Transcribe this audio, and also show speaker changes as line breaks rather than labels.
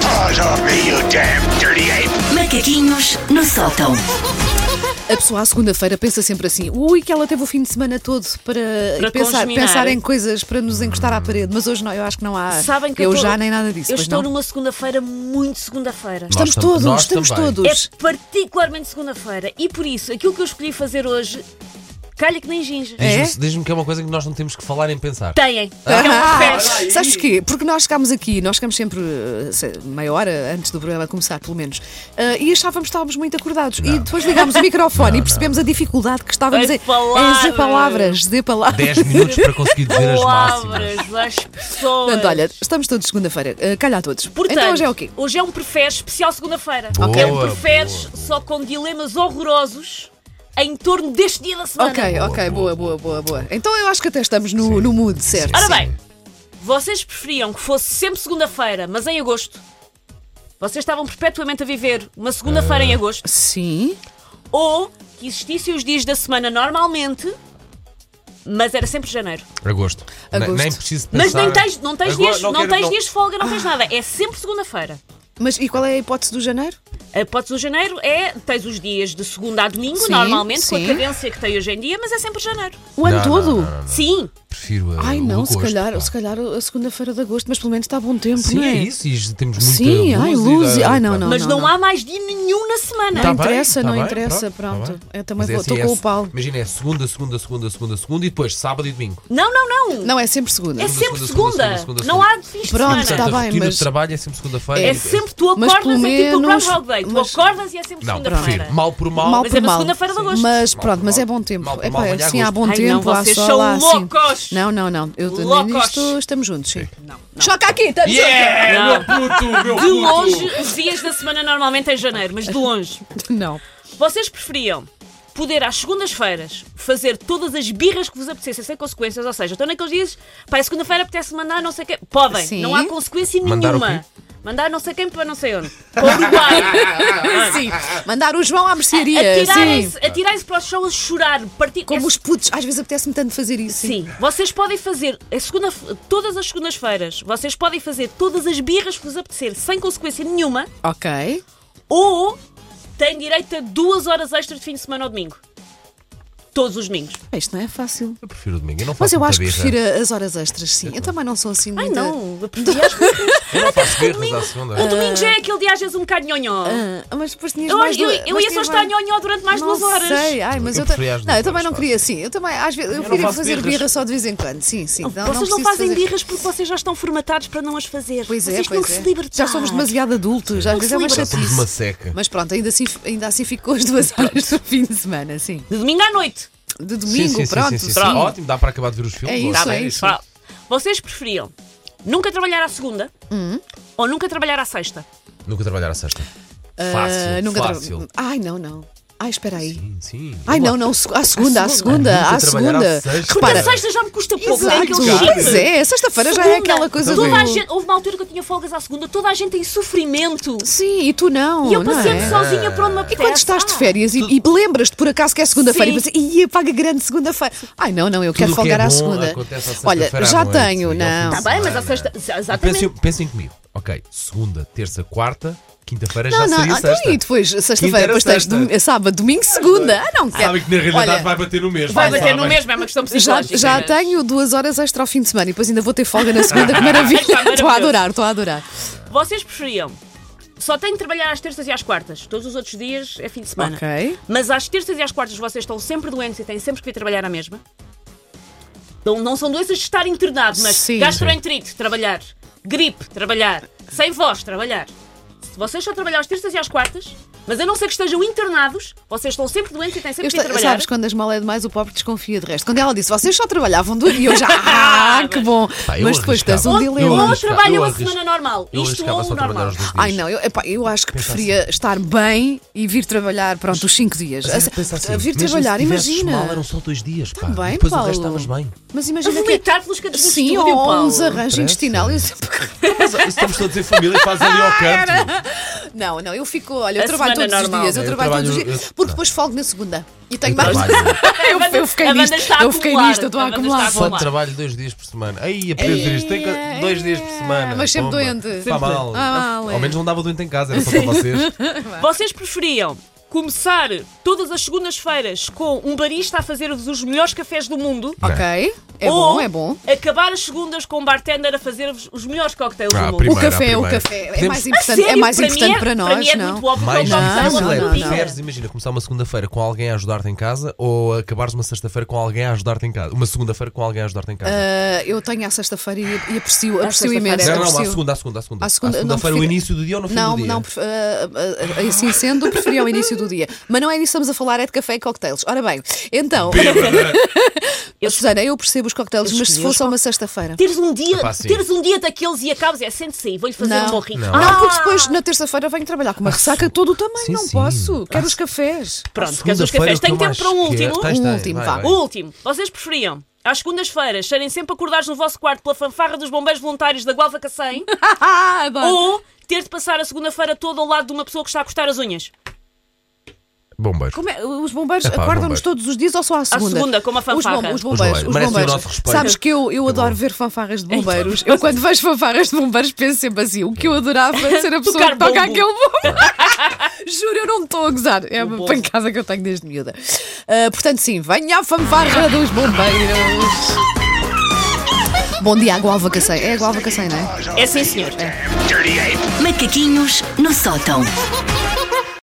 paws off me, you damn dirty ape!
Macaquinhos no sótão.
A pessoa à segunda-feira pensa sempre assim: ui, que ela teve o fim de semana todo para,
Para
pensar,
congeminar.
pensar em coisas para nos encostar à parede, mas hoje não, eu acho que não há.
Sabem que
eu
tô-
já nem nada disso.
Eu
pois
estou
não?
numa segunda-feira muito segunda-feira.
Estamos
tam-
todos,
nós
estamos
também.
É
todos.
particularmente segunda-feira e por isso aquilo que eu escolhi fazer hoje calha que nem ginge.
É?
Diz-me diz-me que é uma coisa que nós não temos que falar nem pensar.
Têm. é um
Ah,
Fez.
sabes porquê? Porque nós chegámos aqui, nós chegamos sempre eh, sei, meia hora antes do programa começar, pelo menos, eh, e achávamos que estávamos muito acordados. E depois ligámos o microfone e percebemos a dificuldade que estávamos
Em
em, em
palavras.
dizer palavras, dizer palavras.
10 minutos para conseguir dizer as máximas.
Palavras, as pessoas.
Portanto, olha, estamos todos segunda-feira, eh, calhar todos.
Portanto,
então hoje é o quê?
Hoje é um preferes especial segunda-feira.
Boa,
é um preferes
boa.
só com dilemas horrorosos em torno deste dia da semana.
Ok, ok, boa, boa, boa, boa. Então eu acho que até estamos no, no mood, certo?
Ora bem, vocês preferiam que fosse sempre segunda-feira, mas em agosto? Vocês estavam perpetuamente a viver uma segunda-feira
Ah,
em agosto?
Sim.
ou que existissem os dias da semana normalmente, mas era sempre janeiro.
Agosto. Ne-
Agosto.
Nem preciso pensar.
Mas nem tens, não tens,
Agora
dias, não
quero-
tens
não-
dias de folga, não tens nada. É sempre segunda-feira.
Mas e qual é a hipótese do janeiro?
A hipótese do janeiro é, tens os dias de segunda a domingo,
Sim,
normalmente, com
sim.
a cadência que tem hoje em dia, mas é sempre janeiro.
O ano
Não,
todo?
não, não, não.
Sim,
Prefiro a-
Ai
o
não, se
agosto,
calhar,
pá.
se calhar a segunda-feira de agosto, mas pelo menos está a bom tempo,
Sim,
não é?
é isso. E temos muita
Sim, ai, luz e- ai, não,
pá.
não.
mas não, há mais dia nenhum na semana.
Não
Tá bem,
interessa,
tá
não
bem,
interessa,
pronto,
pronto.
tá bem.
Eu também
Mas é
vou,
assim,
estou
é
com o
assim.
Paulo.
Imagina, é segunda, segunda, segunda, segunda, segunda e depois sábado e domingo.
Não, não, não.
Não, é sempre segunda.
é sempre
segunda,
segunda.
segunda, segunda,
Não
segunda.
há de fins de
Pronto,
semana.
tá bem,
rotina
mas-
de trabalho é sempre segunda-feira.
É sempre tu
Mas
acordas,
pelo
é tipo o
menos-
Groundhog Day. Tu
mas-
acordas e é sempre
Não,
segunda-feira.
prefiro. Mal por mal.
Mal
Mas
por
é na
mal.
segunda-feira de agosto.
Mas
Mal
pronto,
por
mas
mal.
é bom tempo.
Mal por
É
mal,
pá,
olha,
assim há
agosto.
bom
Ai,
tempo,
não,
há
vocês
sol,
são
há assim.
loucos.
Não, não, não. Eu
Loucos.
nisto estamos juntos, sim.
Não, não.
Choca aqui, estamos
Não.
Yeah! Meu puto, meu
De
puto.
longe, os dias da semana normalmente é em janeiro, mas de longe.
juntos. Não.
Vocês preferiam poder às segundas-feiras fazer todas as birras que vos apetecessem sem consequências? Ou seja, estão naqueles dias, pá, a segunda-feira apetece mandar não sei quem. Podem,
Sim.
não há consequência
Mandar o
nenhuma.
quê?
Mandar não sei quem para não sei onde. Para o Uruguai.
Sim. Mandar o João à mercearia. Sim.
Atirarem-se atirarem-se para o chão a chorar. Partir...
Como
é-
os putos, às vezes apetece-me tanto fazer isso.
Sim, vocês podem fazer a segunda, todas as segundas-feiras, vocês podem fazer todas as birras que vos apetecer sem consequência nenhuma.
Ok.
ou tem direito a duas horas extras de fim de semana ao domingo. Todos os domingos.
Pá, Isto não é fácil.
Eu prefiro o domingo. Eu não
Mas
faço
eu
muita
acho que
birra.
prefiro as horas extras, sim. Eu também não sou assim
Ai
muita-
não, eu prefiro as coisas.
Eu não faço birras à segunda.
O domingo já é aquele dia às vezes um bocado nhonhó.
Ah, mas depois tinhas
Eu,
mais
acho- eu,
duas-
eu
mas
ia só
tinhas
estar
mais-
nhonhó durante mais
não
duas horas.
Sei. Ai, mas
Eu
eu, ta-
preferia as
não, eu também
duas horas,
não
fácil.
queria assim. Eu também às vezes eu queria
faço
fazer
birras.
birra só de vez em quando. Sim, sim. Então, Não,
vocês não,
preciso
fazem
fazer-
birras porque vocês já estão formatados para não as fazer.
Pois é,
vocês
pois
têm que
é.
se libertar.
Já somos demasiado adultos, às
Não
vezes
se
é uma
libertam.
Já somos uma
chatice.
seca.
Mas pronto, ainda assim, ainda assim ficou as duas horas do fim de semana, sim.
De domingo à noite.
De domingo, pronto, sim. Ah,
Ótimo, dá para acabar de ver os filmes.
É isso,
Ótimo.
é isso.
Pá, Vocês preferiam nunca trabalhar à segunda
Hum.
ou nunca trabalhar à sexta?
Nunca trabalhar à sexta.
Ah,
Fácil,
nunca tra-
fácil.
Ai, não, não. Ai, espera aí.
Sim, sim.
Ai,
Vamos
não,
lá.
não, seg- à segunda, à segunda,
Nunca
à segunda.
trabalhar à sexta.
Porque
Repara,
a é sexta já me custa pouco. é
exato,
aquele
Claro.
chip.
pois é, sexta-feira já é
Segunda.
aquela coisa do...
toda a gente, Houve uma altura que eu tinha folgas à segunda, toda a gente em sofrimento.
Sim, e tu não,
E eu
não
passei-me
é?
sozinha para onde me
E
apetece.
quando estás de
Ah,
férias e, e lembras-te por acaso que é segunda-feira e
Sim.
pensas, ia paga grande segunda-feira. Ai não, não, eu quero
Tudo o que
folgar
é
à
bom
segunda.
acontece à
Olha,
sexta-feira à
já
noite,
tenho,
e ao
não.
Está
fim de
tá bem, mas à
semana.
sexta. Exatamente.
Pensem, pensem comigo. Ok, segunda, terça, quarta, quinta-feira já
Não, não,
seria
ah,
sexta.
então e depois,
Quinta
sexta-feira,
era
depois tens
sexta.
dom- sábado, domingo, segunda. Ah, não quero.
Sabem que na realidade
Olha,
vai bater no mesmo.
Vai
não
bater no
sabem?
mesmo, é uma questão
Já,
psicológica.
já
mas-
tenho duas horas extra ao fim de semana e depois ainda vou ter folga na segunda, que maravilha.
tá maravilhoso.
Estou a adorar, estou a adorar.
Vocês preferiam. Só tenho que trabalhar às terças e às quartas. Todos os outros dias é fim de semana.
Ok.
Mas às terças e às quartas vocês estão sempre doentes e têm sempre que vir trabalhar à mesma. Não, não são doenças de estar internado, mas
Sim.
gastroenterite, trabalhar. Gripe, trabalhar. Sem voz, trabalhar. Se vocês só trabalham às terças e às quartas, mas a não ser que estejam internados, vocês estão sempre doentes e têm
Eu
sempre que
estou-
ir trabalhar.
sabes, quando as mal é demais, o pobre desconfia de resto. Quando ela disse, vocês só trabalhavam duas, e eu já, ah, que bom.
Pá, eu
Mas depois
arriscava.
tens um
Ou-
dilema.
Ou
arriscava,
trabalham
eu
a
arriscava.
semana normal.
Eu
Isto
arriscava
ou
só
o
trabalhar
normal.
os dois dias.
Ai não, eu, epá, eu acho que preferia estar bem e vir trabalhar, pronto, os 5 dias.
assim. Mas
Assim,
eu penso assim,
vir
mesmo se
trabalhar,
tivesses
imagina.
mal, eram só dois dias, pá.
Bem,
um E depois
Paulo.
o resto estavas bem.
Mas
A
imagina que.
vomitar pelos cantos do
Sim,
estúdio,
ou
Paulo.
uns arranjos
Parece.
intestinal. Eu sempre...
Estamos todos em família e faz ali ao canto.
Não, não, eu fico, olha, eu
A
trabalho
semana
todos os
normal.
dias, eu,
Eu
trabalho, todos os
trabalho-
dias,
eu-
porque
não.
depois folgo na segunda. E tenho
Eu
mais.
trabalho.
eu, eu fiquei
A banda
nisto,
está a
eu fiquei
acumular,
nisto, eu estou a
a banda está a
acumular.
Só
Vamos lá.
trabalho dois dias por semana. é Aí, a Pedro, isto tem que- dois dias por semana.
É. Mas sempre
Pomba.
doente.
Está
Sempre
mal.
Ah, mal, é.
Ao menos não dava doente em casa, era só para vocês.
Vocês preferiam começar todas as segundas-feiras com um barista a fazer-vos os melhores cafés do mundo?
Ok, é
ou
bom, é bom.
acabar as segundas com um bartender a fazer-vos os melhores cocktails
Ah,
do mundo?
prima-
O
Primeiro,
café,
à
o
primeira.
café é
Podemos-
mais
A
importante,
sério,
é mais importante
mim é-
para nós,
para mim é
não?
Muito óbvio
Mais
que é um cocktail
difícil
do
é,
não,
dia.
preferes, imagina, começar uma segunda-feira com alguém a ajudar-te em casa ou acabares uma sexta-feira com alguém a ajudar-te em casa? Uma segunda-feira com alguém a ajudar-te em casa?
Ah, eu tenho à sexta-feira e, e aprecio, aprecio
sexta-feira.
imenso.
não, não, à
aprecio.
segunda, à segunda, à segunda.
À segunda,
À segunda-feira,
não,
o
prefiro-
início do dia ou no fim
não,
do dia?
Não, pref- ah, ah, ah, assim sendo, preferia ao início do dia. Mas não é disso que estamos a falar, é de café e cocktails. Ora bem, então, eu, Susana, eu percebo os cocktails,
Eu
mas se
escolhi os
fosse a uma sexta-feira.
Teres um dia,
Epá, sim.
teres um dia daqueles e acabas é sente-se aí, vou-lhe fazer
Não.
um morrinho.
Não. Ah,
Não, Ah, porque depois na terça-feira venho trabalhar com uma ressaca todo o tamanho,
Sim,
não
sim.
posso. Quero
Ah,
os cafés.
Pronto, queres os cafés? Tenho tempo para um último.
Um último, vá.
O último, vocês preferiam às segundas-feiras serem sempre acordados no vosso quarto pela fanfarra dos bombeiros voluntários da Gualva Cacém
Ah, adoro.
ou ter de passar a segunda-feira toda ao lado de uma pessoa que está a cortar as unhas?
Bombeiro.
Como é? Os bombeiros
Epá, os
acordam-nos
bombeiros.
todos os dias ou só à segunda?
segunda, com uma fanfarra.
Os, bom- os bombeiros. Os
Os bombeiros. Merecem o
bombeiros.
nosso respeito.
Sabes que eu, eu adoro ver fanfarras
Então.
de bombeiros. Eu, quando vejo fanfarras de bombeiros, penso sempre assim: o que eu adorava era ser a pessoa
Tocar
que toca
bombo.
aquele bombo. Juro, eu não me estou a gozar. É uma
bombo.
pancada que eu tenho desde miúda. Ah, portanto, sim, venha a fanfarra dos bombeiros. Bom dia, Gualva Cacém. É a Gualva Cacém, não é?
É sim, senhor.
Damn dirty ape.
Macaquinhos no sótão.